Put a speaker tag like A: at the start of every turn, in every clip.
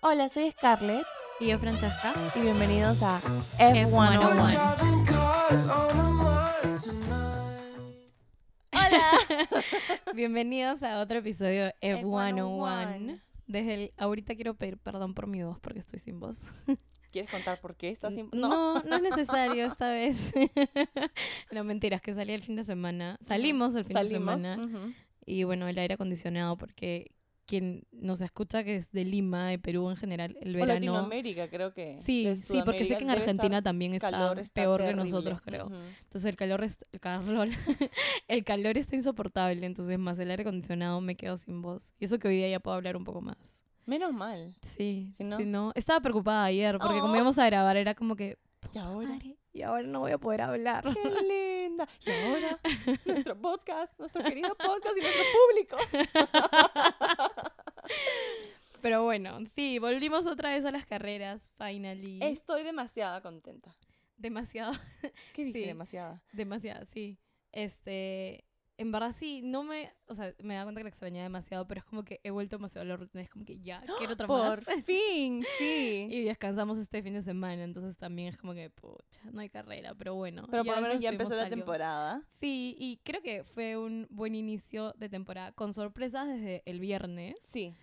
A: Hola, soy Scarlett
B: Y yo, Francesca. oh
A: y bienvenidos a F101.
B: F101. Hola. Bienvenidos a otro episodio de F101.
A: F101.
B: Desde el, ahorita quiero pedir perdón por mi voz porque estoy sin voz.
C: ¿Quieres contar por qué estás sin... No.
B: No, no es necesario esta vez. no, mentiras, que salí el fin de semana. Salimos el fin
C: Salimos.
B: de semana.
C: ujú.
B: Y bueno, el aire acondicionado porque quien nos escucha que es de Lima, de Perú en general, el
C: O
B: verano.
C: Latinoamérica, creo que.
B: Sí,
C: de
B: sí, porque sé que en
C: Sudamérica debe
B: Argentina
C: estar-
B: también está,
C: calor está
B: peor
C: terrible.
B: que nosotros, creo.
C: Ujú.
B: Entonces el calor, es- el calor, el calor está insoportable, entonces más el aire acondicionado me quedo sin voz. Y eso que hoy día ya puedo hablar un poco más.
C: Menos mal.
B: Sí,
C: Si
B: si
C: no-
B: no, estaba preocupada ayer porque como
C: Oh.
B: íbamos a grabar era como que
C: Y ahora.
B: "Madre, y ahora no voy a poder
C: ¡Qué
B: hablar.
C: linda! Y ahora, nuestro podcast, nuestro querido podcast y nuestro público.
B: Pero bueno, sí, volvimos otra vez a las carreras, finally.
C: Estoy demasiada contenta.
B: demasiado
C: ¿Qué dije?
B: Sí.
C: Demasiada.
B: Demasiado, sí. Este, en verdad sí, no me, o sea, me da cuenta que la extrañé demasiado, pero es como que he vuelto demasiado a la rutina, es como que ya, quiero otra más.
C: Por fin, sí.
B: Y descansamos este fin de semana, entonces también es como que, pucha, no hay carrera, pero bueno.
C: Pero por lo menos
B: nos
C: ya empezó
B: fuimos
C: la
B: algo.
C: temporada.
B: Sí, y creo que fue un buen inicio de temporada, con sorpresas desde el viernes.
C: Sí.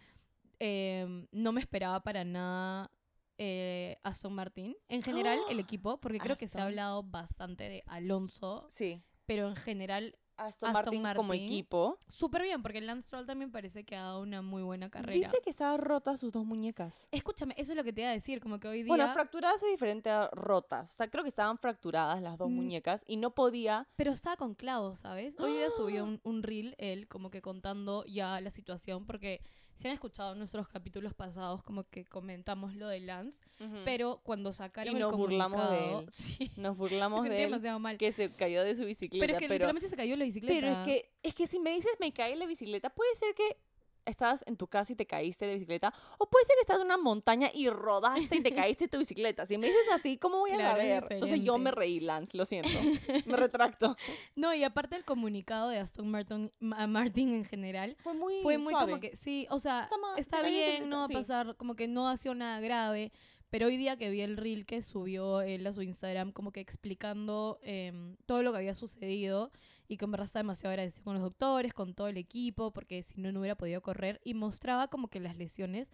B: Eh, no me esperaba para nada eh, Aston Martin. En general, el equipo, porque creo que se ha
C: ¡Oh! Aston.
B: hablado bastante de Alonso,
C: Sí.
B: pero en general,
C: Aston,
B: Aston
C: Martin, como
B: Martin.
C: equipo.
B: súper bien, porque Lance Stroll también parece que ha dado una muy buena carrera.
C: Dice que estaba rota sus dos muñecas.
B: Escúchame, eso es lo que te iba a decir, como que hoy día...
C: Bueno, fracturadas es diferente a rotas. O sea, creo que estaban fracturadas las dos
B: Mm.
C: muñecas y no podía.
B: Pero estaba con clavos, ¿sabes? Hoy día subió
C: ¡Ah!
B: un, un reel, él, como que contando ya la situación, porque si han escuchado nuestros capítulos pasados, como que comentamos lo de Lance, pero cuando sacaron
C: Mm. Y
B: el
C: nos burlamos de
B: comunicado-
C: él.
B: Sí,
C: Nos
B: me
C: burlamos
B: sentí
C: de él
B: demasiado mal.
C: que se cayó de su bicicleta.
B: pero
C: Pero
B: es que literalmente se cayó la bicicleta.
C: pero es que es que si me dices me caí en la bicicleta, puede ser que estabas en tu casa y te caíste de bicicleta o puede ser que estás en una montaña y rodaste y te caíste de tu bicicleta. Si me dices así, ¿cómo voy a
B: Claro, es
C: saber? Entonces yo me
B: diferente.
C: reí, Lance, lo siento. Me retracto.
B: No, y aparte el comunicado de Aston Martin, Ma- Martin en general,
C: Fue muy
B: fue muy
C: suave.
B: como que, sí, o sea,
C: Está ma-
B: está
C: se cayó
B: bien,
C: solita,
B: no va a
C: sí.
B: pasar, como que no ha sido nada grave. Pero hoy día que vi el reel que subió él a su Instagram, como que explicando em, todo lo que había sucedido y que en verdad está demasiado agradecido con los doctores, con todo el equipo, porque si no, no hubiera podido correr. Y mostraba como que las lesiones,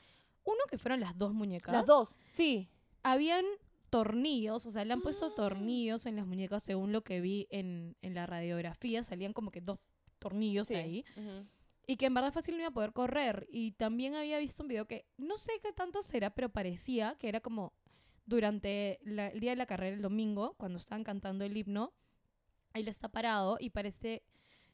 B: uno que fueron las dos muñecas.
C: las dos. Sí.
B: Habían tornillos, o sea, le han
C: Ah.
B: puesto tornillos en las muñecas, según lo que vi en, en la radiografía, salían como que dos tornillos
C: Sí.
B: ahí.
C: Ujú.
B: Y que en verdad fácil no iba a poder correr. Y también había visto un video que no sé qué tanto será, pero parecía que era como durante la- el día de la carrera, el domingo, cuando estaban cantando el himno, él está parado y parece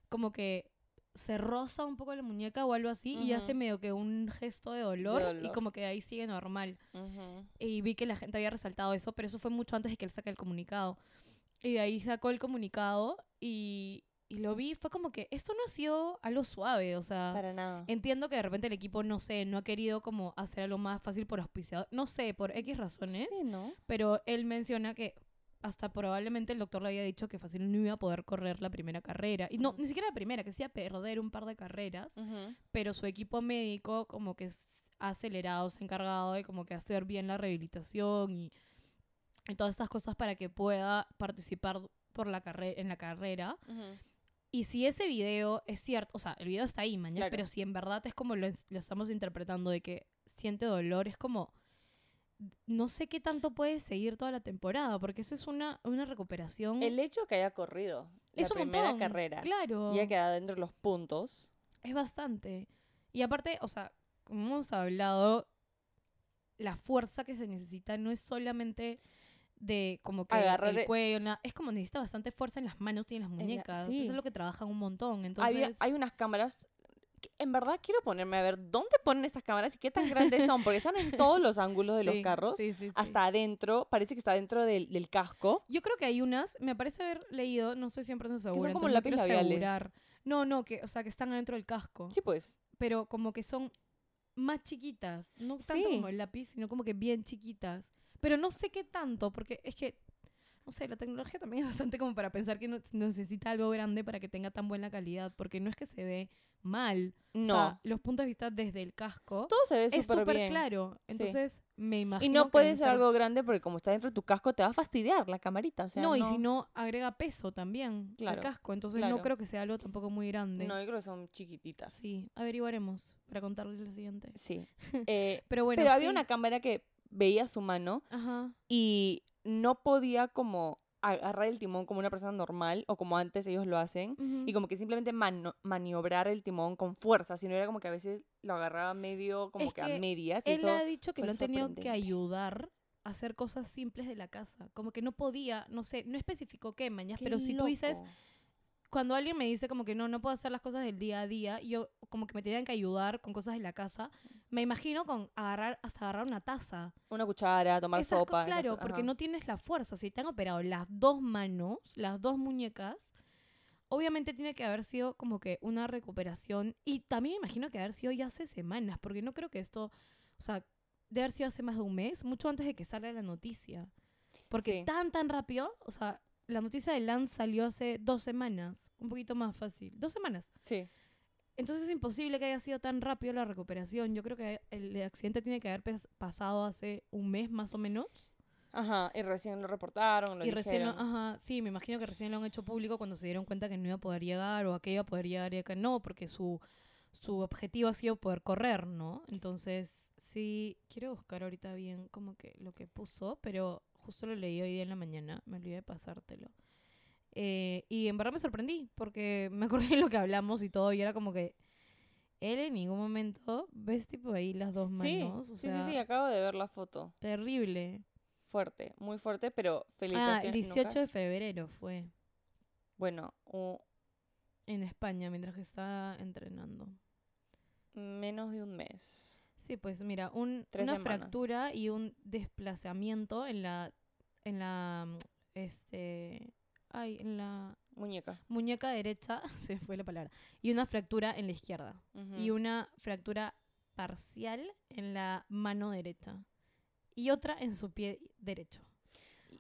B: como que se roza un poco la muñeca o algo así y
C: Ujú.
B: hace medio que un gesto de dolor, y
C: dolor.
B: como que ahí sigue normal.
C: Ujú.
B: Y vi que la gente había resaltado eso, pero eso fue mucho antes de que él saque el comunicado. Y de ahí sacó el comunicado y, y lo vi, fue como que esto no ha sido algo suave, o sea...
C: Para nada.
B: Entiendo que de repente el equipo, no sé, no ha querido como hacer algo más fácil por auspiciador, no sé, por X razones,
C: Sí, ¿no?
B: pero él menciona que hasta probablemente el doctor le había dicho que fácil no iba a poder correr la primera carrera, y no,
C: Ujú.
B: ni siquiera la primera, que sí iba a perder un par de carreras,
C: Ujú.
B: pero su equipo médico como que s- ha acelerado, se ha encargado de como que hacer bien la rehabilitación y, y todas estas cosas para que pueda participar por la carre- en la carrera.
C: Ujú.
B: Y si ese video es cierto, o sea, el video está ahí, mañana,
C: Claro.
B: pero si en verdad es como lo, es- lo estamos interpretando, de que siente dolor, es como, no sé qué tanto puede seguir toda la temporada, porque eso es una, una recuperación.
C: El hecho que haya corrido
B: es
C: la
B: un
C: primera
B: montón,
C: carrera
B: Claro.
C: y haya quedado dentro de los puntos.
B: Es bastante. Y aparte, o sea, como hemos hablado, la fuerza que se necesita no es solamente de como que
C: Agarrar
B: el
C: el-
B: cuello, na- es como necesita bastante fuerza en las manos y en las
C: la-
B: muñecas.
C: sí.
B: Eso es lo que trabajan un montón. Entonces,
C: Había- hay unas cámaras. que en verdad quiero ponerme a ver dónde ponen estas cámaras y qué tan grandes son, porque están en todos los ángulos de los
B: Sí,
C: carros,
B: sí, sí, sí.
C: hasta adentro, parece que está dentro del, del casco.
B: Yo creo que hay unas, me parece haber leído, no estoy 100% segura.
C: como
B: entonces no
C: lápiz
B: quiero
C: labiales.
B: asegurar. No, no, que, o sea, que están adentro del casco.
C: Sí, pues.
B: Pero como que son más chiquitas. No tanto
C: Sí.
B: como el lápiz, sino como que bien chiquitas. Pero no sé qué tanto, porque es que no sé, la tecnología también es bastante como para pensar que no- necesita algo grande para que tenga tan buena calidad, porque no es que se ve mal. O
C: No.
B: sea, los puntos de vista desde el casco
C: todo se ve
B: es
C: súper
B: súper
C: bien.
B: claro.
C: Sí.
B: Entonces, me imagino.
C: Y no
B: que
C: puede
B: debe
C: ser
B: ser-
C: algo grande porque como está dentro de tu casco te va a fastidiar la camarita. O sea,
B: no, y si no, agrega peso también
C: Claro,
B: al casco. Entonces,
C: claro.
B: no creo que sea algo tampoco muy grande.
C: No, yo creo que son chiquititas.
B: Sí, averiguaremos para contarles lo siguiente.
C: Sí. Eh,
B: Pero bueno.
C: pero había
B: sí.
C: una cámara que veía su mano
B: Ajá.
C: y no podía como agarrar el timón como una persona normal o como antes ellos lo hacen.
B: ujú.
C: Y como que simplemente mano- maniobrar el timón con fuerza, sino era como que a veces lo agarraba medio, como
B: Es
C: que,
B: que
C: a medias. y
B: Él
C: eso
B: ha dicho que
C: fue
B: lo han tenido que
C: sorprendente.
B: ayudar a hacer cosas simples de la casa. Como que no podía, no sé, no especificó qué, mañas,
C: Qué
B: pero si tú dices,
C: loco.
B: cuando alguien me dice como que no, no puedo hacer las cosas del día a día, y yo como que me tenían que ayudar con cosas de la casa, me imagino con agarrar, hasta agarrar una taza.
C: Una cuchara, tomar
B: Esas co-
C: sopa. esas
B: claro,
C: cosas,
B: porque
C: ajá.
B: no tienes la fuerza. Si te han operado las dos manos, las dos muñecas, obviamente tiene que haber sido como que una recuperación. Y también me imagino que haber sido ya hace semanas, porque no creo que esto, o sea, de haber sido hace más de un mes, mucho antes de que salga la noticia. Porque
C: Sí.
B: tan, tan rápido, o sea, la noticia de Lance salió hace dos semanas, un poquito más fácil, dos semanas.
C: Sí,
B: Entonces es imposible que haya sido tan rápido la recuperación. Yo creo que el accidente tiene que haber pes- pasado hace un mes más o menos.
C: ajá. Y recién lo reportaron, lo
B: y recién, lo- ah,
C: dijeron.
B: ajá, sí, me imagino que recién lo han hecho público cuando se dieron cuenta que no iba a poder llegar o a qué iba a poder llegar y a qué no, porque su, su objetivo ha sido poder correr, ¿no? Entonces, sí, quiero buscar ahorita bien como que lo que puso, pero justo lo leí hoy día en la mañana, me olvidé de pasártelo. Eh, y en verdad me sorprendí, porque me acordé de lo que hablamos y todo, y era como que él en ningún momento ves tipo ahí las dos
C: Sí,
B: manos, o
C: sí,
B: sea,
C: sí, sí, acabo de ver la foto.
B: terrible.
C: Fuerte, muy fuerte, pero
B: Ah,
C: felicitaciones.
B: el
C: nunca-
B: 18 de febrero fue.
C: Bueno, u-
B: En España, mientras que está entrenando.
C: menos de un mes.
B: Sí, pues mira, un,
C: Tres
B: una
C: semanas.
B: fractura y un desplazamiento en la, en la, mm, este, ay, en la
C: Muñeca.
B: muñeca derecha, se me fue la palabra, y una fractura en la izquierda y
C: Ujú.
B: una fractura parcial en la mano derecha y otra en su pie derecho.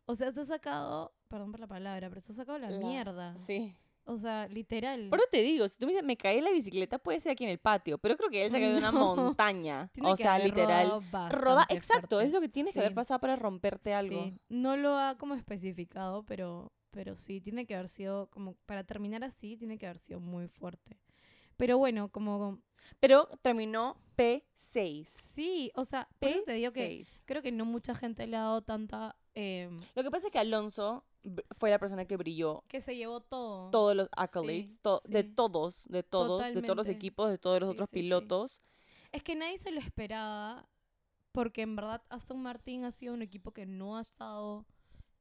B: O sea, se ha sacado, perdón por la palabra, pero se ha sacado la,
C: La-
B: mierda.
C: Sí.
B: O sea, literal.
C: Pero te digo, si tú me dices, me caí en la bicicleta, puede ser aquí en el patio, pero creo que él se cayó de una
B: No.
C: montaña.
B: Tiene
C: O
B: que
C: sea,
B: haber
C: literal.
B: rodado
C: Roda,
B: bastante
C: exacto,
B: fuerte.
C: es lo que tienes que haber
B: Sí.
C: pasado para romperte algo.
B: Sí, No lo ha como especificado, pero, pero sí, tiene que haber sido, como para terminar así, tiene que haber sido muy fuerte. Pero bueno, como
C: Pero terminó P6.
B: sí, o sea, por eso
C: P6.
B: te digo que creo que no mucha gente le ha dado tanta eh,
C: Lo que pasa es que Alonso br- fue la persona que brilló
B: que se llevó todo.
C: todos los accolades,
B: Sí,
C: to- de
B: sí.
C: todos, de todos, de todos los
B: Totalmente.
C: equipos, de todos los
B: Sí,
C: otros
B: sí, sí.
C: pilotos.
B: Es que nadie se lo esperaba, porque en verdad Aston Martin ha sido un equipo que no ha estado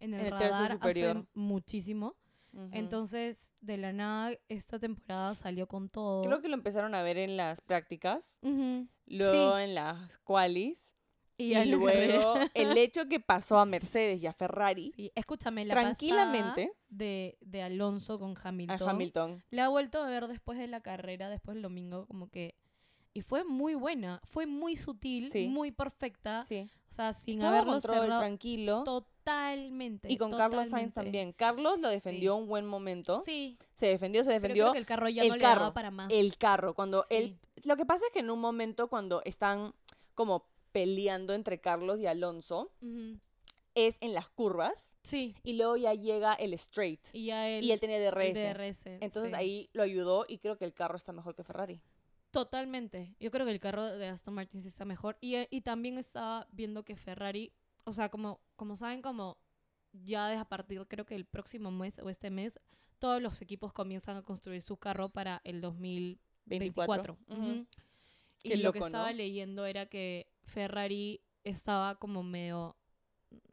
B: en el,
C: En el tercio
B: radar
C: superior.
B: hace muchísimo.
C: Ujú.
B: Entonces, de la nada, esta temporada salió con todo.
C: Creo que lo empezaron a ver en las prácticas,
B: Ujú.
C: luego en las qualis y,
B: ya en la carrera.
C: luego el hecho que pasó a Mercedes y a Ferrari
B: Sí, escúchame, la
C: Tranquilamente.
B: pasada de, de Alonso con
C: a
B: Hamilton,
C: Hamilton.
B: La ha vuelto a ver después de la carrera, después del domingo, como que... Y fue muy buena, fue muy sutil,
C: Sí.
B: muy perfecta.
C: Sí.
B: O sea, Ah, sin
C: Estaba
B: haberlo
C: control,
B: cerrado
C: tranquilo.
B: totalmente.
C: Y con Carlos Sainz
B: totalmente.
C: también. Carlos lo defendió un buen momento.
B: Sí,
C: Se defendió, se
B: pero
C: defendió.
B: creo que el carro ya
C: el
B: no le
C: carro,
B: daba para más.
C: el carro. Cuando
B: Sí.
C: él. Lo que pasa es que en un momento, cuando están como peleando entre Carlos y Alonso,
B: Ujú.
C: es en las curvas
B: Sí,
C: y luego ya llega el straight y,
B: y ya él...
C: él tenía DRS.
B: el DRS,
C: Entonces
B: sí.
C: ahí lo ayudó y creo que el carro está mejor que Ferrari.
B: Totalmente. Yo creo que el carro de Aston Martin sí está mejor. Y, eh, y también estaba viendo que Ferrari, o sea, como, como saben, como ya desde a partir, creo que el próximo mes o este mes, todos los equipos comienzan a construir su carro para el 2024.
C: 24. Ujú.
B: Ujú. Y
C: Qué
B: lo que
C: loco,
B: estaba
C: ¿no?
B: leyendo era que Ferrari estaba como medio,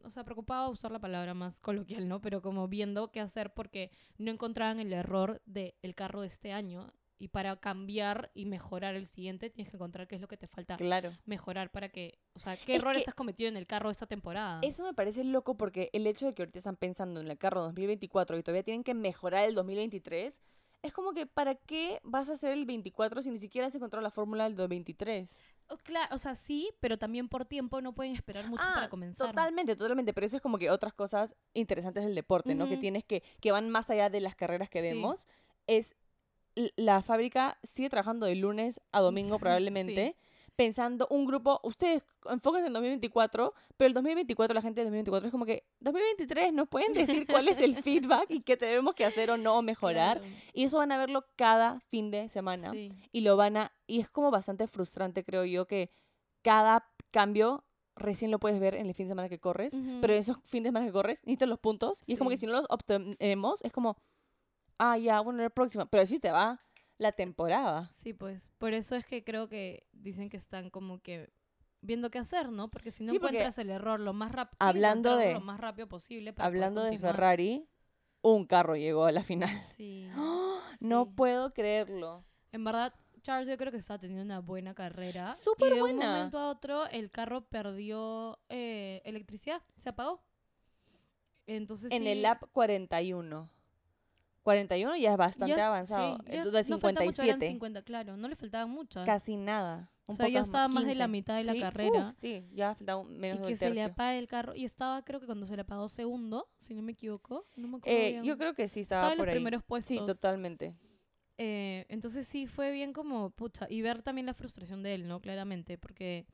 B: o sea, preocupado, usar la palabra más coloquial, ¿no? Pero como viendo qué hacer porque no encontraban el error del carro de este año. Y para cambiar y mejorar el siguiente, tienes que encontrar qué es lo que te falta
C: Claro.
B: mejorar para que, o sea, qué
C: Es
B: errores
C: que-
B: estás cometido en el carro esta temporada.
C: Eso me parece loco porque el hecho de que ahorita están pensando en el carro 2024 y todavía tienen que mejorar el 2023, es como que ¿para qué vas a hacer el 24 si ni siquiera se encontró la fórmula del 2023?
B: o- claro, oh, o sea, sí, pero también por tiempo no pueden esperar mucho
C: Ah,
B: para comenzar.
C: Totalmente, totalmente. Pero eso es como que otras cosas interesantes del deporte, ¿no? Que
B: Ujú.
C: tienes que, que van más allá de las carreras que
B: Sí.
C: vemos. Es l- la fábrica sigue trabajando de lunes a domingo probablemente. Pensando un grupo, ustedes enfóquense en 2024, pero el 2024, la gente del 2024 es como que 2023, nos pueden decir cuál es el feedback y qué tenemos que hacer o no mejorar.
B: Claro,
C: Y eso van a verlo cada fin de semana
B: sí.
C: y lo van a y es como bastante frustrante creo yo que cada cambio recién lo puedes ver en el fin de semana que corres
B: Ujú.
C: pero esos fines de semana que corres necesitas los puntos y es como que
B: Sí.
C: si no los obtenemos es como ah ya bueno la próxima pero así te va la temporada
B: Sí, pues. Por eso es que creo que dicen que están como que viendo qué hacer, ¿no? Porque si no
C: Sí, porque
B: encuentras el error lo más rápido
C: hablando de-
B: lo más rápido posible para poder
C: hablando de
B: continuar.
C: Ferrari un carro llegó a la final ¡Ah!
B: Sí.
C: no
B: Sí.
C: puedo creerlo
B: En verdad, Charles yo creo que está teniendo una buena carrera.
C: Súper
B: y de un
C: buena.
B: momento a otro el carro perdió eh, electricidad, se apagó. Entonces
C: en el
B: sí,
C: lap 41 41 ya es bastante
B: ya- sí,
C: avanzado
B: ya
C: entonces
B: no falta mucho, eran
C: 57
B: 50, claro, no le faltaban muchas.
C: casi nada un
B: o sea, ya
C: poco
B: estaba más de la
C: 15.
B: mitad de la
C: Sí,
B: carrera.
C: uf, sí, ya faltaba un- menos
B: y
C: de
B: que
C: un
B: se le
C: tercio.
B: apaga el carro. Y estaba, creo que cuando se le apagó segundo, si no me equivoco. No me acuerdo.
C: Eh, yo
B: bien.
C: creo que sí estaba,
B: estaba en los
C: por ahí.
B: primeros puestos.
C: Sí, totalmente.
B: Eh, entonces sí fue bien como, pucha, y ver también la frustración de él, ¿no? Claramente, porque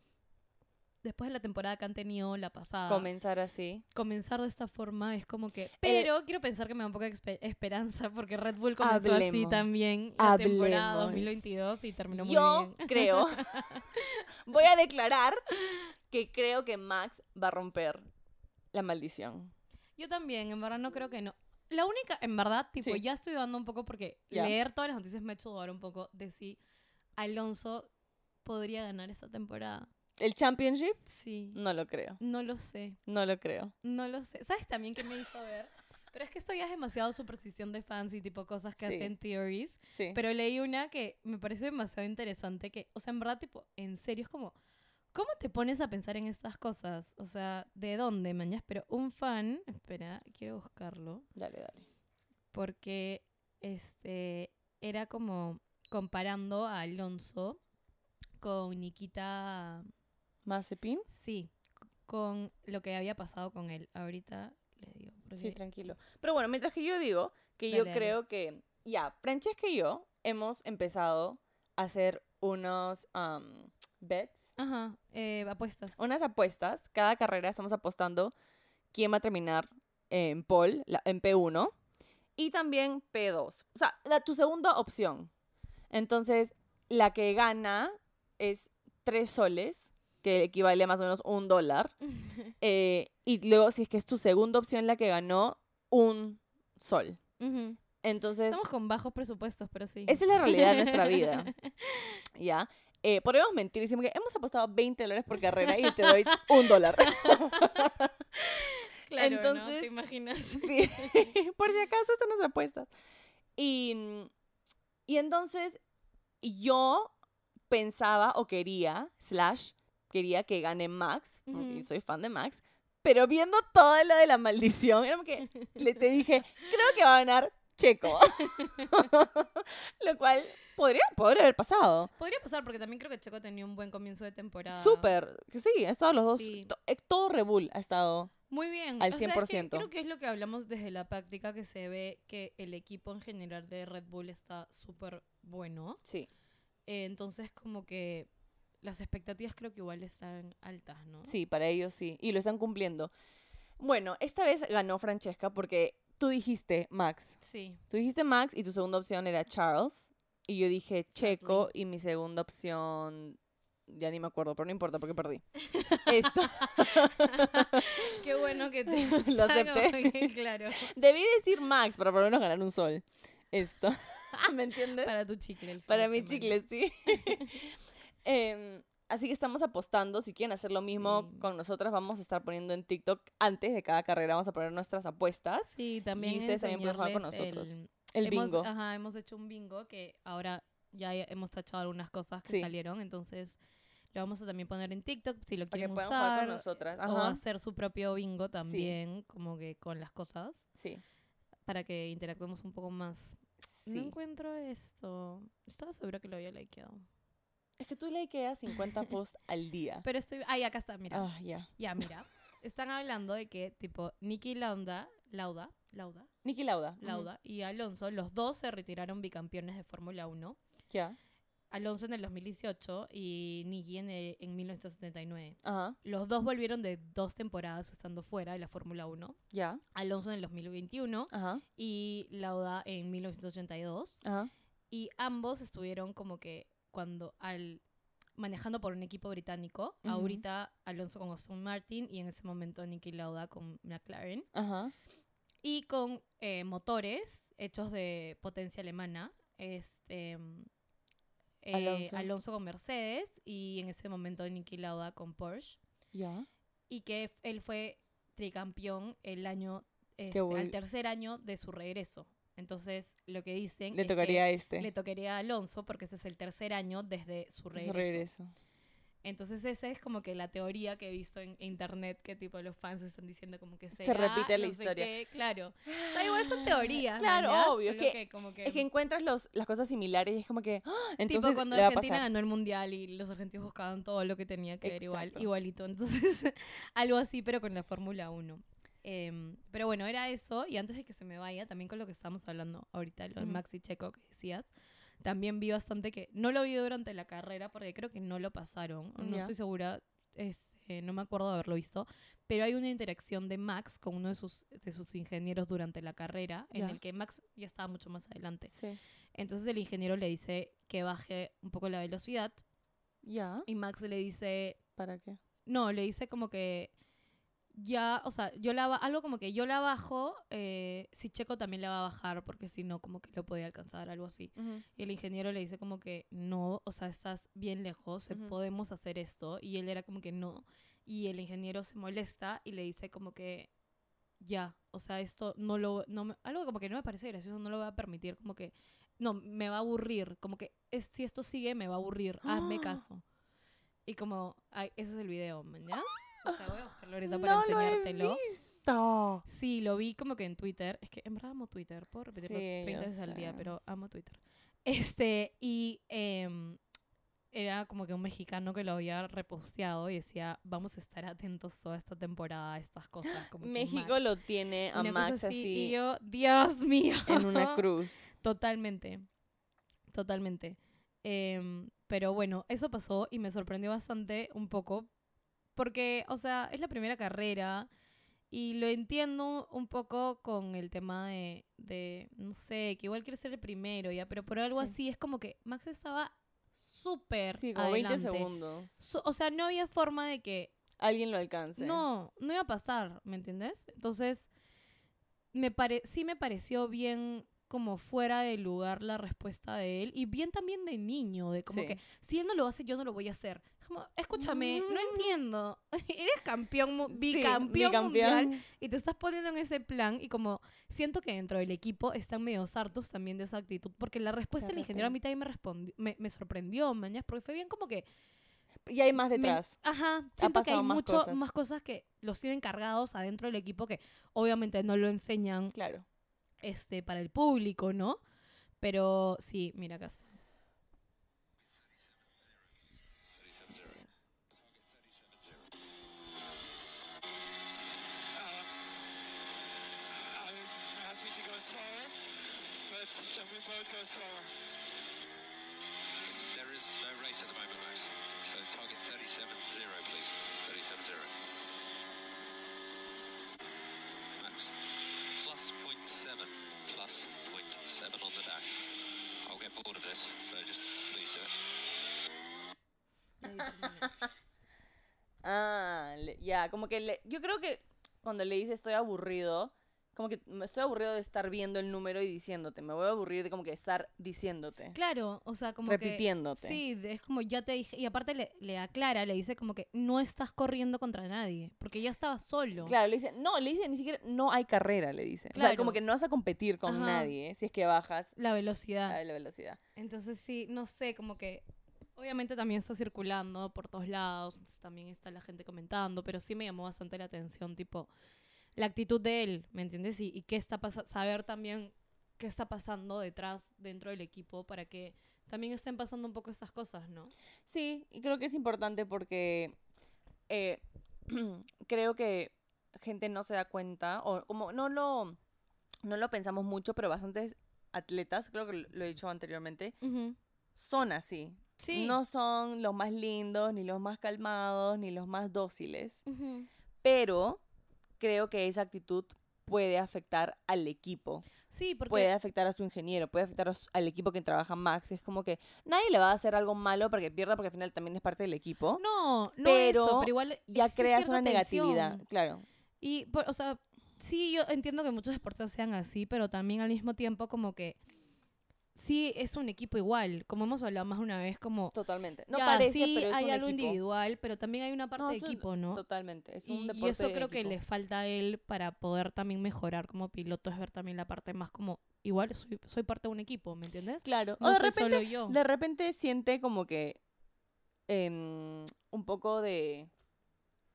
B: después de la temporada que han tenido, la pasada,
C: Comenzar así.
B: comenzar de esta forma es como
C: Eh,
B: que... Pero quiero pensar que me da un poco de expe- esperanza porque Red Bull comenzó así
C: Hablemos,
B: también la temporada
C: hablemos.
B: 2022 y terminó muy
C: Yo
B: bien.
C: creo, voy a declarar que creo que Max va a romper la maldición.
B: Yo también, en verdad no creo que no. La única, en verdad, tipo,
C: Sí.
B: ya estoy dudando un poco porque
C: Ya.
B: leer todas las noticias me ha hecho dudar un poco de si Alonso podría ganar esta temporada.
C: ¿El championship?
B: Sí.
C: No lo creo,
B: No lo sé,
C: no lo creo.
B: no lo sé. ¿Sabes también qué me hizo ver? Pero es que esto ya es demasiado superstición de fans y tipo cosas que
C: Sí.
B: hacen theories.
C: Sí.
B: Pero leí una que me parece demasiado interesante que, o sea, en verdad, tipo, en serio, es como, ¿cómo te pones a pensar en estas cosas? O sea, ¿de dónde, mañas? Pero un fan, espera, quiero buscarlo,
C: dale, dale.
B: porque, este, era como comparando a Alonso con Nikita,
C: ¿Mazepin?
B: sí, c- con lo que había pasado con él. Ahorita le digo, porque
C: Sí, tranquilo. Pero bueno, mientras que yo digo que yo
B: Dale, dale.
C: creo que, ya, Francesca y yo hemos empezado a hacer unos um, bets
B: Ajá, eh, apuestas.
C: unas apuestas. Cada carrera estamos apostando quién va a terminar en pole, la- en P1 y también P2. O sea, la- tu segunda opción. Entonces, la que gana es tres soles, que equivale a más o menos un dólar. eh, y luego, si es que es tu segunda opción la que ganó, un sol.
B: Ujú.
C: Entonces,
B: Estamos con bajos presupuestos, pero sí.
C: esa es la realidad de nuestra vida. ¿Ya? Eh, podemos mentir y decimos que hemos apostado 20 dólares por carrera y te doy un dólar.
B: Claro, ¿no?
C: Entonces-
B: ¿Te imaginas?
C: Sí, por si acaso están nuestras apuestas. Y, mm, y entonces yo pensaba o quería, slash, quería que gane Max, porque
B: Ujú.
C: soy fan de Max, pero viendo todo lo de la maldición, era como que le te dije, creo que va a ganar Checo. lo cual podría, podría haber pasado.
B: Podría pasar, porque también creo que Checo tenía un buen comienzo de temporada.
C: Súper, que sí, han estado los dos,
B: Sí.
C: to- eh, todo Red Bull ha estado.
B: Muy bien.
C: Al
B: O sea, es que
C: 100%.
B: creo que es lo que hablamos desde la práctica, que se ve que el equipo en general de Red Bull está súper bueno.
C: Sí,
B: Eh, entonces, como que las expectativas creo que igual están altas, ¿no?
C: Sí, para ellos sí. Y lo están cumpliendo. Bueno, esta vez ganó Francesca porque tú dijiste Max.
B: Sí.
C: Tú dijiste Max y tu segunda opción era Charles. Y yo dije Checo y mi segunda opción. Ya ni me acuerdo, pero no importa porque perdí. Esto.
B: Qué bueno que te
C: Lo
B: o sea, como
C: acepté.
B: que, claro.
C: Debí decir Max para por lo menos ganar un sol. Esto. ¿Me entiendes?
B: Para tu chicle. el fin
C: Para
B: de
C: mi
B: semana.
C: chicle, sí. Em, así que estamos apostando. Si quieren hacer lo mismo
B: Sí.
C: con nosotras, vamos a estar poniendo en TikTok antes de cada carrera. Vamos a poner nuestras apuestas.
B: Sí, también.
C: ustedes también pueden jugar con
B: enseñarles
C: nosotros.
B: el-
C: El
B: hemos,
C: bingo.
B: Ajá, hemos hecho un bingo que ahora ya he- hemos tachado algunas cosas que
C: Sí.
B: salieron, entonces lo vamos a también poner en TikTok si lo
C: para que
B: quieren
C: puedan
B: usar.
C: jugar con nosotras.
B: O
C: Ajá.
B: hacer su propio bingo también, como que con las cosas,
C: Sí.
B: para que interactuemos un poco más. No
C: Sí.
B: encuentro esto. Estaba segura que lo había likeado.
C: Es que tú le quedas 50 posts al día.
B: Pero estoy. Ay, acá está, mira.
C: Ah, ya.
B: Ya, mira. Están hablando de que, tipo, Nicky Lauda, Lauda, Lauda,
C: Niki Lauda.
B: Lauda y Alonso, los dos se retiraron bicampeones de Fórmula 1.
C: Ya.
B: Alonso en el 2018 y Nicky en, el- en 1979.
C: Ajá.
B: Los dos volvieron de dos temporadas estando fuera de la Fórmula 1.
C: Ya.
B: Alonso en el 2021
C: Ajá.
B: y Lauda en 1982.
C: Ajá.
B: Y ambos estuvieron como que cuando al manejando por un equipo británico.
C: Ujú.
B: Ahorita Alonso con Aston Martin y en ese momento Nicky Lauda con McLaren.
C: Ajá.
B: Y con eh, motores hechos de potencia alemana. Este, mm, eh,
C: Alonso.
B: Alonso con Mercedes y en ese momento Nicky Lauda con Porsche.
C: Ya.
B: y que f- él fue tricampeón el año este,
C: vol-
B: al tercer año de su regreso. Entonces, lo que dicen
C: Le
B: es que
C: tocaría a este.
B: le tocaría a Alonso porque ese es el tercer año desde su
C: Su
B: regreso.
C: regreso.
B: Entonces, esa es como que la teoría que he visto en internet que tipo los fans están diciendo como que
C: Se
B: será,
C: repite la
B: no sé
C: historia.
B: qué, claro. O sea, igual son teorías.
C: Claro,
B: mañas,
C: obvio, es
B: solo
C: que-
B: como que,
C: Es que encuentras los, las cosas similares y es como que. ¡ah!
B: tipo
C: Entonces
B: cuando
C: le va a
B: Argentina
C: pasar.
B: ganó el mundial y los argentinos buscaban todo lo que tenía que ver igual,
C: Exacto.
B: igualito. Entonces, algo así, pero con la Fórmula 1. Em, pero bueno, era eso. Y antes de que se me vaya, también con lo que estábamos hablando ahorita, lo de
C: Ujú.
B: Maxi Checo que decías, también vi bastante que no lo vi durante la carrera porque creo que no lo pasaron. No
C: Ya.
B: estoy segura, es, eh, no me acuerdo de haberlo visto. Pero hay una interacción de Max con uno de sus, de sus ingenieros durante la carrera, en
C: Ya.
B: el que Max ya estaba mucho más adelante.
C: Sí.
B: Entonces el ingeniero le dice que baje un poco la velocidad
C: Ya.
B: y Max le dice,
C: ¿Para qué?
B: no, le dice como que ya, o sea, yo la ba- algo como que yo la bajo, eh, si Checo también la va a bajar porque si no como que lo puede alcanzar, algo así. Y el ingeniero le dice como que no, o sea, estás bien lejos, eh,
C: Ujú.
B: podemos hacer esto. Y él era como que no. Y el ingeniero se molesta y le dice como que ya, o sea, esto no lo, no me- algo como que no me parece gracioso, no lo voy a permitir, como que, no, me va a aburrir, como que es, si esto sigue me va a aburrir, hazme
C: ¡Ah!
B: caso. Y como, ay, ese es el video, ¿mañas? O sea, voy a buscarlo ahorita para
C: no lo he
B: enseñártelo.
C: visto.
B: Sí, lo vi como que en Twitter. Es que en verdad amo Twitter, por repetirlo
C: Sí,
B: 30
C: yo
B: veces al día,
C: sé.
B: pero amo Twitter. Este, y em, era como que un mexicano que lo había reposteado y decía, vamos a estar atentos toda esta temporada a estas cosas. Como que
C: México
B: Max".
C: lo tiene a
B: Una cosa
C: Max
B: Y
C: así,
B: yo, Dios mío.
C: en una cruz.
B: Totalmente, totalmente. Em, pero bueno, eso pasó y me sorprendió bastante un poco, porque, o sea, es la primera carrera y lo entiendo un poco con el tema de, de, no sé, que igual quiere ser el primero, ya, pero por algo
C: Sí.
B: así es como que Max estaba súper...
C: Sí, como
B: adelante.
C: 20 segundos.
B: Su- O sea, no había forma de que
C: Alguien lo alcance.
B: no, no iba a pasar, ¿me entiendes? Entonces, me pare sí me pareció bien como fuera de lugar la respuesta de él y bien también de niño, de como
C: Sí.
B: que si él no lo hace, yo no lo voy a hacer. Como, escúchame, no entiendo. Eres campeón, mu-
C: Mm. Sí,
B: bicampeón, mundial
C: bicampeón.
B: y te estás poniendo en ese plan y como siento que dentro del equipo están medio sartos también de esa actitud porque la respuesta del ingeniero a mí también me, respondi- me, me sorprendió, mañas, porque fue bien como que
C: Y hay más
B: me-
C: detrás.
B: ajá, siento que
C: pasado
B: hay
C: más
B: mucho
C: cosas.
B: más cosas que los tienen cargados adentro del equipo que obviamente no lo enseñan
C: Claro.
B: este para el público, ¿no? Pero sí, mira acá está.
D: I'm happy to go slower, but then we both go slower.
E: There is no race at the moment, Max. So target 37-0, please. 37-0. Max, plus 0.7. Plus 0.7 on the dash. I'll get bored of this, so just please do it.
C: Ah, le- ya, como que le- yo creo que cuando le dice estoy aburrido, como que me estoy aburrido de estar viendo el número y diciéndote, me voy a aburrir de como que estar diciéndote.
B: Claro, o sea, como
C: Repitiéndote.
B: que Sí, de- es como ya te dije y aparte le, le aclara, le dice como que no estás corriendo contra nadie, porque ya estaba solo.
C: Claro, le dice, no, le dice, ni siquiera, no hay carrera, le dice. O sea,
B: Claro.
C: como que no vas a competir con
B: Ajá. Ah.
C: nadie ¿eh? si es que bajas
B: La velocidad.
C: a la velocidad.
B: Entonces sí, no sé, como que obviamente también está circulando por todos lados, entonces también está la gente comentando, pero sí me llamó bastante la atención, tipo, la actitud de él, ¿me entiendes? Y, y qué está pasando, saber también qué está pasando detrás, dentro del equipo, para que también estén pasando un poco estas cosas, ¿no?
C: Sí, y creo que es importante porque eh, creo que gente no se da cuenta, o como no lo, no lo pensamos mucho, pero bastantes atletas, creo que lo- lo he dicho anteriormente, son así.
B: Sí.
C: No son los más lindos, ni los más calmados, ni los más dóciles, pero creo que esa actitud puede afectar al equipo,
B: Sí, porque
C: puede afectar a su ingeniero, puede afectar a su- al equipo que trabaja Max. Es como que nadie le va a hacer algo malo para que pierda, porque al final también es parte del equipo
B: no, no
C: pero
B: eso, pero igual
C: ya
B: existe
C: creas
B: cierta
C: una negatividad,
B: tensión.
C: claro.
B: Y, por- o sea, sí, yo entiendo que muchos deportes sean así, pero también al mismo tiempo como que sí es un equipo igual, como hemos hablado más una vez, como
C: Totalmente. No
B: ya,
C: parece,
B: sí,
C: pero es
B: hay
C: un
B: algo
C: equipo.
B: individual, pero también hay una parte
C: No,
B: de
C: es un-
B: equipo, ¿no?
C: Totalmente, es un
B: Y,
C: deporte
B: y eso
C: de
B: creo que
C: equipo.
B: le falta a él para poder también mejorar como piloto, es ver también la parte más como, igual soy, soy parte de un equipo, ¿me entiendes?
C: Claro.
B: No
C: o de
B: soy
C: repente,
B: solo yo.
C: de repente siente como que em, un poco de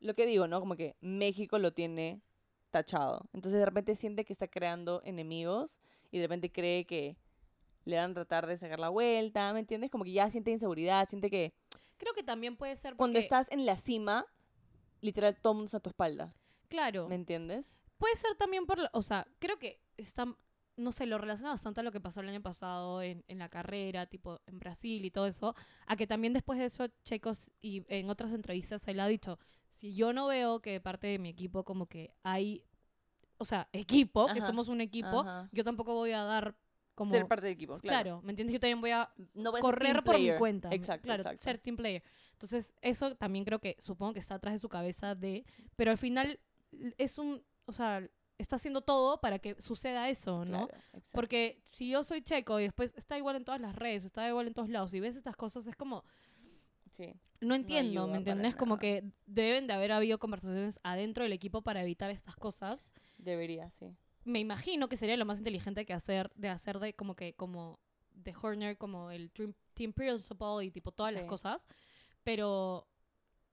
C: lo que digo, ¿no? Como que México lo tiene tachado. Entonces de repente siente que está creando enemigos y de repente cree que le van a tratar de sacar la vuelta, ¿me entiendes? Como que ya siente inseguridad, siente que
B: Creo que también puede ser
C: cuando
B: porque-
C: estás en la cima, literal todo el mundo está a tu espalda,
B: Claro.
C: ¿me entiendes?
B: Puede ser también por, la- o sea, creo que está, no sé, lo relaciona bastante a lo que pasó el año pasado en, en la carrera, tipo en Brasil y todo eso, a que también después de eso Checos y en otras entrevistas él ha dicho, si yo no veo que de parte de mi equipo como que hay, o sea, equipo, que
C: Ajá,
B: somos un equipo,
C: ajá.
B: yo tampoco voy a dar como...
C: Ser parte del equipo,
B: claro. ¿me entiendes? Yo también voy a
C: no voy a ser
B: correr
C: team
B: por mi
C: player.
B: cuenta. ¿me-
C: Exacto,
B: claro,
C: exacto.
B: ser team player. Entonces, eso también creo que supongo que está atrás de su cabeza de, pero al final l- es un, o sea, está haciendo todo para que suceda eso, ¿no?
C: Claro, exacto.
B: Porque si yo soy checo y después está igual en todas las redes, está igual en todos lados y ves estas cosas es como
C: Sí.
B: no entiendo,
C: ayuda
B: ¿me
C: para
B: entiendes? Como
C: nada.
B: que deben de haber habido conversaciones adentro del equipo para evitar estas cosas.
C: Debería, sí.
B: Me imagino que sería lo más inteligente que hacer de hacer de como que como de Horner como el Team, team Principal y tipo todas las
C: Sí.
B: cosas, pero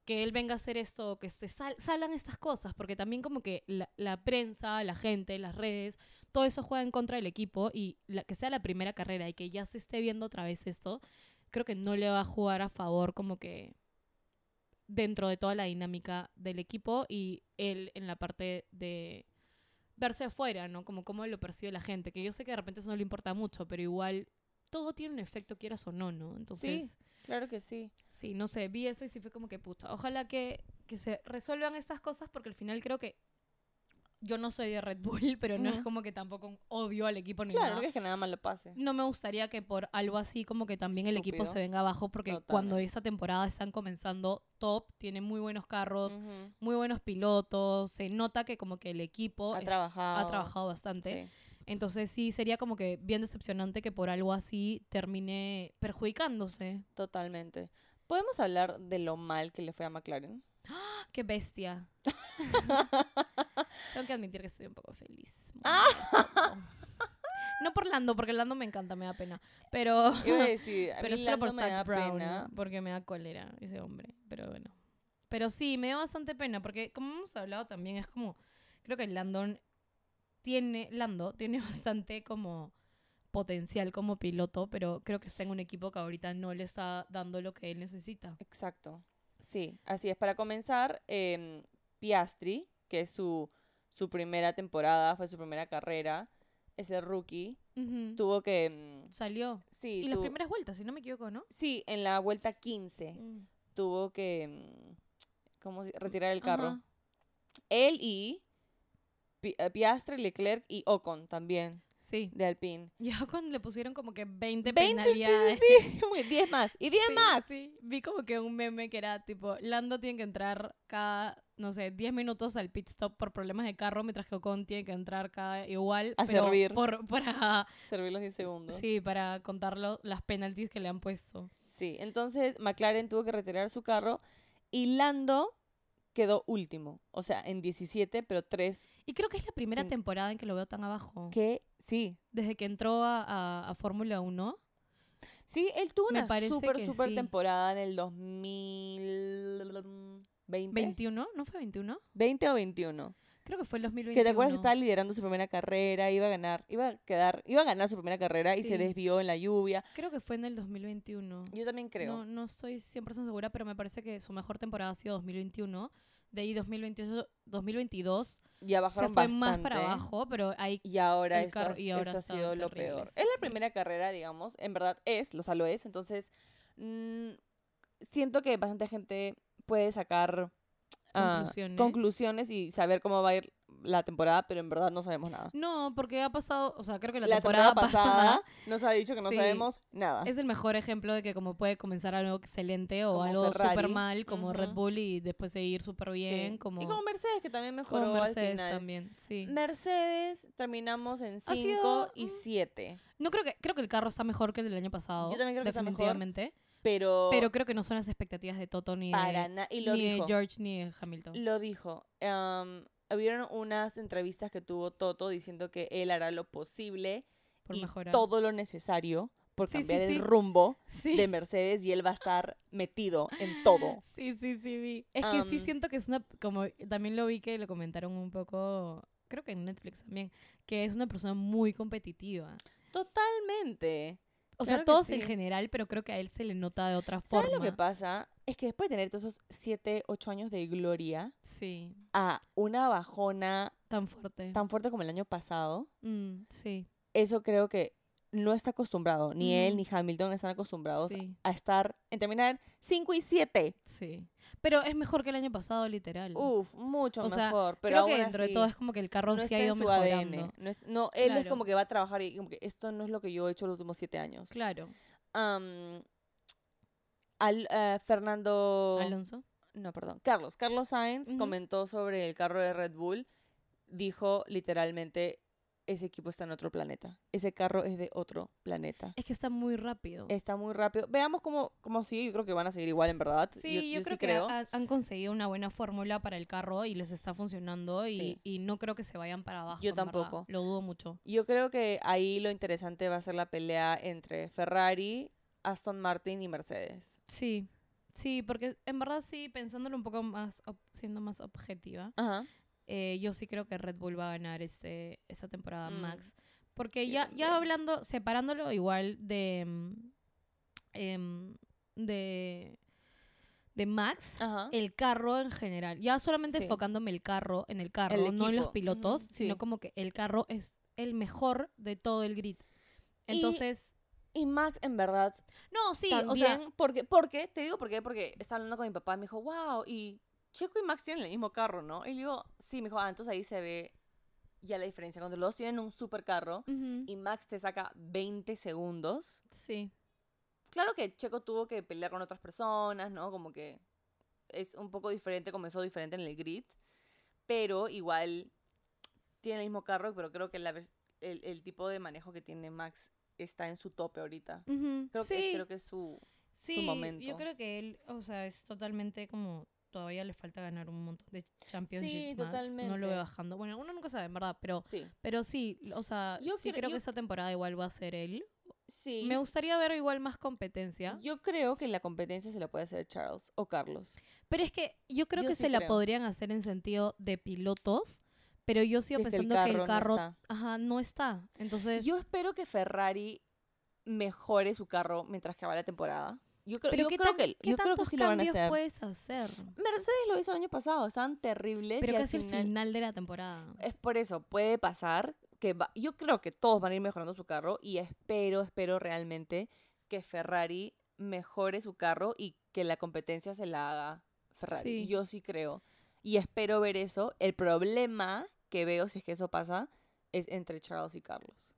B: que él venga a hacer esto, que se sal- salgan estas cosas, porque también como que la, la prensa, la gente, las redes, todo eso juega en contra del equipo y la, que sea la primera carrera y que ya se esté viendo otra vez esto, creo que no le va a jugar a favor como que dentro de toda la dinámica del equipo y él en la parte de verse afuera, ¿no? Como cómo lo percibe la gente, que yo sé que de repente eso no le importa mucho, pero igual todo tiene un efecto, quieras o no, ¿no? Entonces...
C: Claro que sí.
B: Sí, no sé, vi eso y sí fue como que puta. Ojalá que, que se resuelvan estas cosas porque al final creo que yo no soy de Red Bull, pero no es
C: Ujú.
B: como que tampoco odio al equipo ni
C: Claro,
B: nada.
C: no es que nada más lo pase.
B: No me gustaría que por algo así como que también el equipo
C: Estúpido.
B: se venga abajo porque cuando
C: Totalmente.
B: esta temporada están comenzando top, tienen muy buenos carros,
C: Ujú.
B: muy buenos pilotos, se nota que como que el equipo
C: Ha
B: es-
C: trabajado.
B: ha trabajado bastante.
C: Sí.
B: Entonces sí sería como que bien decepcionante que por algo así termine perjudicándose.
C: Totalmente. ¿Podemos hablar de lo mal que le fue a McLaren?
B: ¡Qué bestia! Tengo que admitir que estoy un poco feliz. muy
C: Ah.
B: molesta. no por Lando, porque Lando me encanta, me da pena. Pero,
C: Iba a decir, a
B: pero
C: mí
B: solo por
C: Lando me da
B: Zac Brown,
C: pena.
B: porque me da cólera ese hombre. Pero bueno. Pero sí, me da bastante pena, porque como hemos hablado también, es como, creo que Landon tiene, Lando tiene bastante como potencial como piloto, pero creo que está en un equipo que ahorita no le está dando lo que él necesita.
C: Exacto. Sí, así es. Para comenzar, em, Piastri, que es su, su primera temporada, fue su primera carrera, ese rookie,
B: Ujú.
C: tuvo que... em,
B: Salió.
C: Sí,
B: Y las
C: tuvo-
B: primeras vueltas, si no me equivoco, ¿no?
C: sí, en la vuelta 15
B: Mm.
C: tuvo que mm, ¿cómo se- retirar el carro.
B: Ajá.
C: Él y Pi- eh, Piastri, Leclerc y Ocon también
B: Sí.
C: de Alpine.
B: Ya cuando le pusieron como que 20,
C: 20, sí,
B: penalidades.
C: sí, sí, muy- 10 más y 10
B: Sí,
C: más.
B: sí. Vi como que un meme que era tipo, Lando tiene que entrar cada, no sé, 10 minutos al pit stop por problemas de carro, mientras que Ocon tiene que entrar cada igual.
C: A
B: pero
C: servir.
B: por- para,
C: Servir los 10 segundos. Sí.
B: sí, para contar lo- las penalties que le han puesto.
C: entonces McLaren tuvo que retirar su carro y Lando quedó último, o sea, en 17, pero 3
B: Y creo que es la primera
C: Sin-
B: temporada en que lo veo tan abajo.
C: que sí.
B: Desde que entró a, a- a Fórmula 1.
C: Sí, él tuvo
B: Me
C: una
B: parece
C: súper,
B: que
C: súper
B: sí.
C: temporada en el 2020.
B: 21, ¿no fue 21?
C: 20 o 21.
B: Creo que fue el 2021.
C: Que te acuerdas que estaba liderando su primera carrera, iba a ganar, iba a quedar, iba a ganar su primera carrera y
B: Sí.
C: se desvió en la lluvia.
B: Creo que fue en el 2021.
C: Yo también creo.
B: No, no estoy 100% segura, pero me parece que su mejor temporada ha sido 2021. De ahí 2022, 2022
C: ya
B: se fue
C: bajaron
B: más
C: bastante.
B: para abajo, pero ahí
C: Y ahora,
B: El
C: esto,
B: carro-
C: ha-
B: y ahora
C: esto ha
B: está
C: sido lo
B: terrible,
C: peor.
B: sí,
C: Es la
B: sí.
C: primera carrera, digamos, en verdad es, lo salo es, entonces mm, siento que bastante gente puede sacar ah,
B: Conclusiones.
C: conclusiones y saber cómo va a ir la temporada, pero en verdad no sabemos nada.
B: No, porque ha pasado, o sea, creo que la,
C: La, temporada, pasada, nos ha dicho que no
B: Sí.
C: sabemos nada.
B: es el mejor ejemplo de que como puede comenzar algo excelente o
C: Como
B: algo súper
C: Ferrari.
B: mal como Red
C: Ujú.
B: Bull y después seguir súper
C: Sí.
B: bien
C: Y como
B: como,
C: Mercedes, que también mejoró
B: como
C: al
B: Mercedes
C: final.
B: también, sí.
C: Mercedes terminamos en
B: Ha
C: 5
B: sido,
C: y
B: mm,
C: 7,
B: No creo que creo que el carro está mejor que el del año pasado.
C: Yo también creo que está mejor,
B: definitivamente,
C: pero,
B: pero creo que no son las expectativas de Toto ni
C: para
B: de,
C: nada. Y lo
B: ni de
C: dijo.
B: George ni de Hamilton.
C: Lo dijo. Em, hubieron unas entrevistas que tuvo Toto diciendo que él hará lo posible
B: por
C: y
B: mejorar.
C: todo lo necesario por
B: Sí, sí,
C: cambiar
B: sí.
C: el rumbo
B: Sí.
C: de Mercedes y él va a estar metido en todo.
B: Sí, sí, sí, vi. Es que sí
C: Am.
B: siento que es una, como también lo vi que lo comentaron un poco, creo que en Netflix también, que es una persona muy competitiva.
C: Totalmente.
B: O
C: Claro
B: sea,
C: que
B: todos en
C: sí.
B: general, pero creo que a él se le nota de otra forma.
C: ¿Sabes lo que pasa? Es que después de tener todos esos 7, 8 años de gloria
B: Sí,
C: a una bajona
B: tan fuerte.
C: tan fuerte como el año pasado,
B: Mm, sí,
C: eso creo que no está acostumbrado. Ni él
B: Ujú.
C: ni Hamilton están acostumbrados
B: Mm. Sí.
C: a estar en terminar 5 y 7.
B: sí. Pero es mejor que el año pasado, literal.
C: Uf, mucho
B: Mm. O sea,
C: mejor. Uh, pero
B: creo
C: aún
B: que dentro
C: así,
B: de todo es como que el carro
C: no
B: sí
C: está
B: ha ido
C: en su
B: mejorando.
C: ADN. No, es- no, él es
B: Claro.
C: como que va a trabajar y como que esto no es lo que yo he hecho los últimos siete años.
B: Claro.
C: Am, al, eh, Fernando.
B: Alonso.
C: No, perdón. Carlos. Carlos Sainz
B: Ujú.
C: comentó sobre el carro de Red Bull. Dijo literalmente: ese equipo está en otro planeta. Ese carro es de otro planeta.
B: Es que está muy rápido.
C: Está muy rápido. Veamos cómo, cómo sigue. Yo creo que van a seguir igual, en verdad.
B: Sí, yo, creo que ha- han conseguido una buena fórmula para el carro y les está funcionando y,
C: Sí.
B: y no creo que se vayan para abajo.
C: Yo
B: en verdad.
C: tampoco.
B: Lo dudo mucho.
C: Yo creo que ahí lo interesante va a ser la pelea entre Ferrari, Aston Martin y Mercedes.
B: Sí, sí, porque en verdad sí, pensándolo un poco más, ob- siendo más objetiva,
C: Ajá.
B: eh, yo sí creo que Red Bull va a ganar este, esta temporada
C: Mm.
B: Max. Porque
C: Sí,
B: ya,
C: también.
B: ya hablando, separándolo igual de, mm, em, de, de Max,
C: Ajá.
B: el carro en general. Ya solamente
C: Sí.
B: enfocándome el carro, en el carro,
C: El
B: no en los
C: equipo.
B: pilotos,
C: Ujú,
B: sino
C: sí.
B: como que el carro es el mejor de todo el grid.
C: Y-
B: Entonces,
C: Y Max, en verdad,
B: no, sí,
C: también,
B: o sea,
C: porque, porque, te digo por qué, porque estaba hablando con mi papá y me dijo, wow, y Checo y Max tienen el mismo carro, ¿no? Y le digo, sí, me dijo, ah, entonces ahí se ve ya la diferencia. Cuando los dos tienen un super carro
B: ujú,
C: y Max te saca 20 segundos.
B: sí,
C: Claro que Checo tuvo que pelear con otras personas, ¿no? Como que es un poco diferente, comenzó diferente en el grid, pero igual tiene el mismo carro, pero creo que la vers- el, el tipo de manejo que tiene Max está en su tope ahorita.
B: ujú,
C: Creo, que,
B: sí,
C: creo que es su...
B: sí,
C: momento.
B: Yo creo que él, o sea, es totalmente como todavía le falta ganar un montón de championships.
C: Sí,
B: Max. No lo
C: totalmente.
B: veo bajando. Bueno, uno nunca sabe, en verdad, pero,
C: Sí,
B: pero sí, o sea,
C: Yo
B: sí
C: cre-
B: creo
C: yo-
B: que esta temporada igual va a ser él.
C: sí.
B: Me gustaría ver igual más competencia.
C: Yo creo que la competencia se la puede hacer Charles o Carlos.
B: Pero es que yo creo
C: Yo
B: que
C: sí
B: se la
C: creo.
B: podrían hacer en sentido de pilotos, pero yo sigo
C: Si es que el
B: pensando que el
C: carro
B: carro,
C: no
B: ajá, no está. Entonces,
C: Yo espero que Ferrari mejore su carro mientras que va la temporada. Yo creo,
B: pero
C: yo
B: ¿qué
C: creo
B: tan-
C: que,
B: qué
C: yo creo que
B: tantos
C: sí lo van a
B: cambios
C: hacer.
B: puedes hacer?
C: Mercedes lo hizo el año pasado, estaban terribles.
B: Pero
C: y al
B: casi el
C: final- Eh,
B: final de la temporada.
C: Es por eso, puede pasar que va- yo creo que todos van a ir mejorando su carro y espero, espero realmente que Ferrari mejore su carro y que la competencia se la haga Ferrari.
B: Sí.
C: Yo sí creo. Y espero ver eso. El problema que veo si es que eso pasa es entre Charles y Carlos.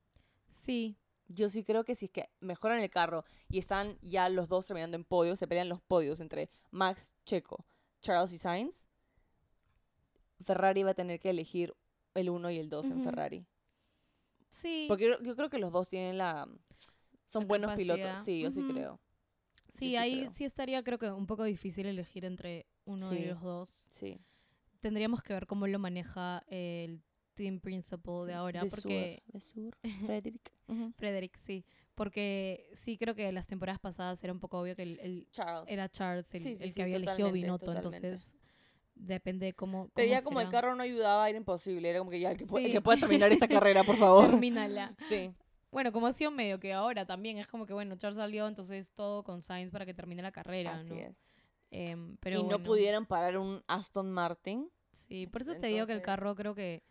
B: Sí,
C: Yo sí creo que si es que mejoran el carro y están ya los dos terminando en podios, se pelean los podios entre Max, Checo, Charles y Sainz, Ferrari va a tener que elegir el 1 y el 2 en
B: Ujú.
C: Ferrari.
B: sí.
C: Porque yo, yo creo que los dos tienen la... Son
B: La
C: buenos pilotos.
B: capacidad.
C: Sí, yo sí
B: Ujú.
C: creo.
B: sí,
C: sí
B: ahí
C: creo.
B: sí estaría creo que un poco difícil elegir entre uno
C: Sí.
B: de los dos.
C: Sí.
B: Tendríamos que ver cómo lo maneja el team principal
C: sí.
B: de ahora
C: Vesur,
B: porque
C: Vesur, Frederick. Ujú.
B: Frederick sí, porque sí creo que las temporadas pasadas era un poco obvio que el- el
C: Charles.
B: Era Charles el,
C: Sí, sí,
B: el que
C: sí,
B: había elegido
C: totalmente,
B: Binotto,
C: totalmente.
B: entonces Depende de cómo.
C: Pero
B: cómo
C: ya como el
B: será.
C: carro no ayudaba, era imposible. Era como que ya, el que, puede, el
B: Sí.
C: que pueda terminar esta carrera, por favor.
B: Termínala.
C: Sí.
B: Bueno, como ha sido medio que ahora también es como que, bueno, Charles salió, entonces todo con Sainz para que termine la carrera,
C: Así
B: ¿no?
C: es.
B: Em, pero
C: y no
B: bueno,
C: pudieron parar un Aston Martin.
B: Sí, por eso te digo que el
C: Entonces-
B: carro creo que.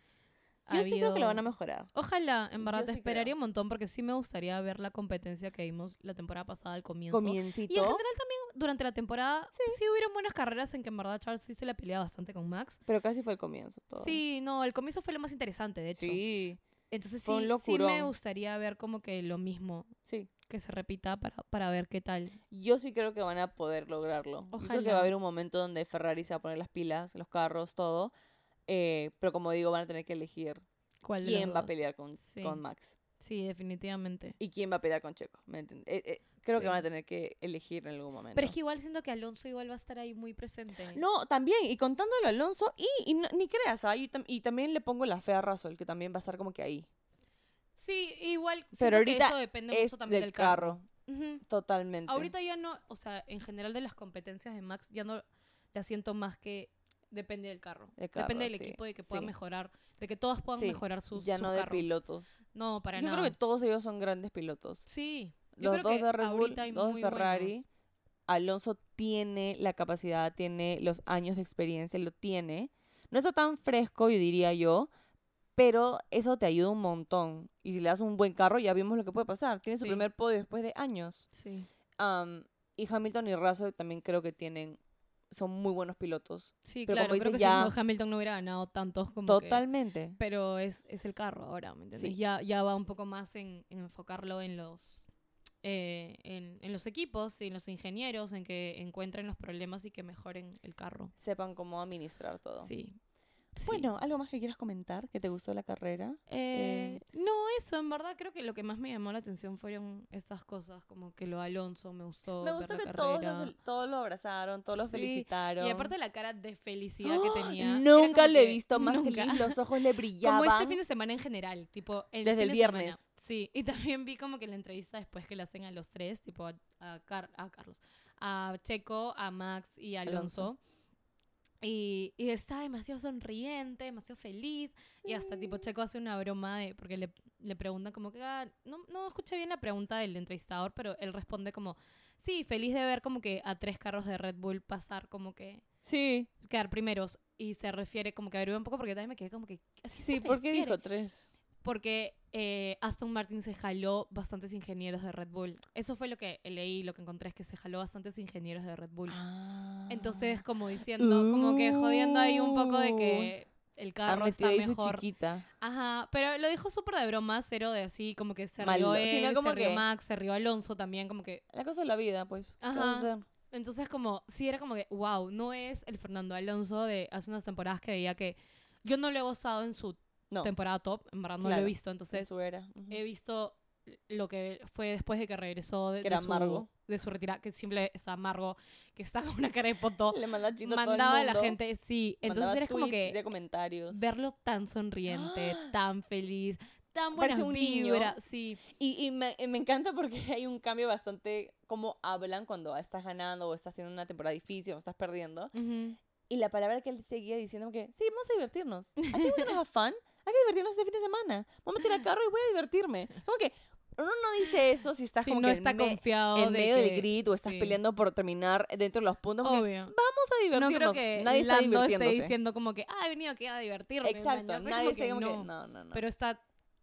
C: Yo sí creo que lo van a
B: habido-
C: mejorar.
B: Ojalá, en verdad
C: Yo
B: te
C: sí creo.
B: esperaría un montón porque sí me gustaría ver la competencia que vimos la temporada pasada al comienzo.
C: Comiencito.
B: Y en general también durante la temporada sí. hubieron buenas carreras en que en verdad Charles sí se la peleaba bastante con Max.
C: Pero casi fue el comienzo todo.
B: Sí, no, el comienzo fue lo más interesante, de hecho.
C: Sí,
B: Entonces
C: Fue un
B: sí, sí me
C: locurón.
B: gustaría ver como que lo mismo
C: sí.
B: que se repita para, para ver qué tal.
C: Yo sí creo que van a poder lograrlo. Yo creo que va a
B: Ojalá.
C: haber un momento donde Ferrari se va a poner las pilas, los carros, todo. Eh, pero como digo, van a tener que elegir
B: ¿Cuál de las
C: quién va a
B: dos.
C: pelear con,
B: Sí.
C: con Max
B: Sí, definitivamente.
C: y quién va a pelear con Checo. ¿me entiendes? Eh, eh, creo que
B: Sí.
C: van a tener que elegir en algún momento.
B: Pero es que igual siento que Alonso igual va a estar ahí muy presente.
C: No, también, y contándolo a Alonso, y, y no- ni creas, ¿ah? y, tam- y también le pongo la fe a Russell, que también va a estar como que ahí.
B: Sí, igual.
C: Pero
B: siento que
C: ahorita
B: eso depende
C: es
B: mucho también
C: del carro,
B: Ujú.
C: totalmente.
B: Ahorita ya no, o sea, en general de las competencias de Max ya no la siento más que depende del carro.
C: Del carro,
B: depende del
C: sí,
B: equipo de que pueda
C: sí.
B: mejorar, de que todas puedan
C: Sí,
B: mejorar sus
C: ya
B: sus
C: no de
B: carros.
C: pilotos.
B: No, para
C: Yo
B: nada.
C: creo que todos ellos son grandes pilotos.
B: sí. yo
C: Los
B: creo
C: dos
B: que
C: de Red Bull,
B: ahorita hay
C: dos de
B: muy
C: Ferrari.
B: buenos.
C: Alonso tiene la capacidad, tiene los años de experiencia, lo tiene. No está tan fresco, yo diría yo, pero eso te ayuda un montón. Y si le das un buen carro, ya vimos lo que puede pasar. Tiene su
B: Sí.
C: primer podio después de años.
B: Sí,
C: Am, y Hamilton y Russell también creo que tienen, son muy buenos pilotos.
B: sí
C: Pero
B: claro.
C: como
B: creo
C: dices,
B: que
C: ya-
B: si no, Hamilton no hubiera ganado tantos como que-
C: Totalmente.
B: pero es, es el carro ahora, ¿me entiendes?
C: Sí.
B: Ya, ya va un poco más en, en enfocarlo en los, eh, en, en los equipos, y en los ingenieros, en que encuentren los problemas y que mejoren el carro.
C: Sepan cómo administrar todo.
B: Sí. Sí.
C: Bueno, ¿algo más que quieras comentar? ¿Que te gustó la carrera?
B: Eh, no, eso, en verdad creo que lo que más me llamó la atención fueron estas cosas, como que lo de Alonso me gustó.
C: Me
B: ver
C: gustó
B: la
C: que todos,
B: carrera.
C: los- todos lo abrazaron, todos lo
B: Sí,
C: felicitaron.
B: Y aparte la cara de felicidad que
C: ¡Ah!
B: tenía. era
C: Nunca
B: como
C: le he
B: que-
C: visto más
B: nunca.
C: feliz, los ojos le
B: Como
C: brillaban.
B: este fin de semana en general, tipo. El
C: Desde
B: fin
C: el
B: de semana.
C: viernes.
B: Sí, y también vi como que la entrevista después que le hacen a los tres, tipo a, a Car- a Carlos, a Checo, a Max y a Alonso.
C: Alonso.
B: Y, y está demasiado sonriente, demasiado feliz. Y hasta tipo Checo hace una broma de, porque le, le preguntan como que, ah, no, no escuché bien la pregunta del entrevistador, pero él responde como, sí, feliz de ver como que a tres carros de Red Bull pasar como que
C: Sí,
B: quedar primeros. Y se refiere como que averigua un poco porque yo también me quedé como que
C: sí,
B: se
C: ¿por qué dijo
B: refiere?
C: tres?
B: porque eh, Aston Martin se jaló bastantes ingenieros de Red Bull. Eso fue lo que leí, lo que encontré es que se jaló bastantes ingenieros de Red Bull.
C: Ah.
B: Ah. Entonces, como diciendo, como que jodiendo ahí un poco de que el
C: ha
B: carro
C: metido
B: está
C: ahí Ah, su
B: mejor.
C: chiquita.
B: Ajá, pero lo dijo súper de broma, cero de así, como que se
C: Malo,
B: rió
C: sino
B: él,
C: como
B: se rió
C: que-
B: Max, se rió Alonso también, como que...
C: La cosa de la vida, pues. ¿Qué vas a
B: Ajá.
C: hacer?
B: Entonces, como, sí, era como que, wow, no es el Fernando Alonso de hace unas temporadas que veía que... Yo no lo he gozado en su
C: No,
B: temporada top, en verdad no lo
C: Claro,
B: he visto, entonces
C: en su era. Ujú.
B: he visto lo que fue después de que regresó de,
C: Que
B: de
C: era
B: su,
C: amargo.
B: de su retirada, que siempre está amargo, que está con una cara de poto.
C: Le mandaba chito a todo el
B: mandaba a la
C: mundo,
B: gente, sí. Entonces
C: mandaba
B: era como
C: tweets, hacía
B: que
C: comentarios.
B: verlo tan sonriente, tan feliz, tan buena
C: Parece un niño.
B: vibra. Sí,
C: Y, y me, y me encanta porque hay un cambio bastante cómo hablan cuando estás ganando o estás haciendo una temporada difícil o estás perdiendo.
B: ujú,
C: Y la palabra que él seguía diciendo que sí, vamos a divertirnos. Aquí we're gonna have fun. Hay que divertirnos este fin de semana. Vamos a tirar al carro y voy a divertirme. Como que uno no dice eso si estás
B: Sí,
C: como
B: no
C: que
B: está
C: en, me-
B: confiado
C: en
B: de
C: medio del
B: que-
C: grid o estás
B: sí.
C: peleando por terminar dentro de los puntos. Como que,
B: Obvio.
C: vamos a
B: No
C: divertirnos.
B: creo que
C: Nadie está
B: Lando esté
C: divirtiéndose.
B: diciendo como que, ah, he venido aquí a divertirme.
C: Exacto.
B: mañana",
C: Nadie
B: como
C: está
B: que
C: como que
B: no.
C: no, no, no.
B: Pero está...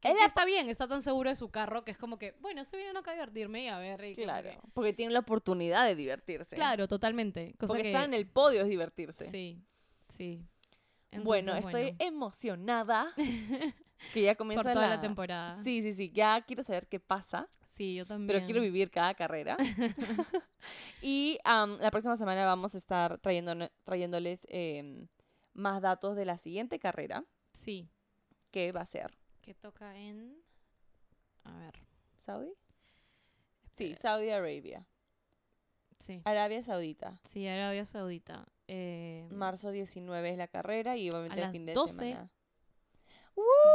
C: Es
B: que
C: la-
B: está bien, está tan seguro de su carro que es como que, bueno, se vienen acá a divertirme y a ver. y como que-
C: claro, porque tienen la oportunidad de divertirse.
B: Claro, totalmente. Cosa
C: Porque
B: que,
C: estar en el podio es divertirse.
B: Sí, sí.
C: bueno,
B: Entonces,
C: estoy emocionada que ya comienza
B: por toda la,
C: la
B: temporada. Sí,
C: Sí, sí, sí. Ya quiero saber qué pasa.
B: yo también.
C: pero quiero vivir cada carrera. y am, la próxima semana vamos a estar trayendo, trayéndoles em, más datos de la siguiente carrera,
B: Sí,
C: que va a ser
B: que toca en... A ver,
C: Saudi. Sí, Saudi Arabia.
B: sí.
C: Arabia Saudita.
B: Sí, Arabia Saudita. Eh,
C: Marzo 19 es la carrera y obviamente
B: A
C: el
B: las
C: fin de
B: 12.
C: semana.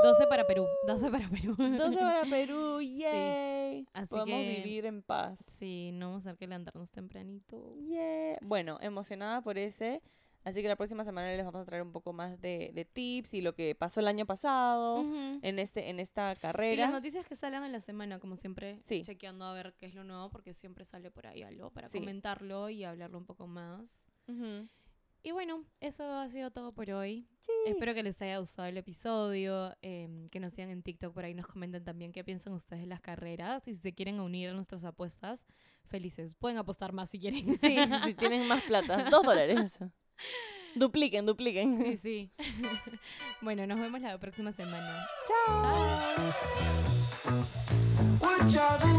B: 12 para Perú. 12 para Perú.
C: 12 para Perú, yay.
B: Así
C: Podemos
B: que-
C: vivir en paz.
B: Sí, no vamos a tener que levantarnos tempranito.
C: Yeah. Bueno, emocionada por ese. Así que la próxima semana les vamos a traer un poco más de, de tips y lo que pasó el año pasado
B: Ujú.
C: en, este, en esta
B: Y las
C: carrera.
B: noticias que salgan en la semana, como siempre,
C: Sí.
B: chequeando a ver qué es lo nuevo, porque siempre sale por ahí algo para
C: Sí.
B: comentarlo y hablarlo un poco más.
C: Ujú.
B: Y bueno, eso ha sido todo por hoy.
C: Sí.
B: Espero que les haya gustado el episodio, em, que nos sigan en TikTok, por ahí nos comenten también qué piensan ustedes de las carreras y si se quieren unir a nuestras apuestas, felices. Pueden apostar más si quieren.
C: Sí, si tienen más plata. Dos dólares. Dupliquen, dupliquen.
B: sí, sí. bueno, nos vemos la próxima semana.
C: Chao.
B: Chao.
F: We're driving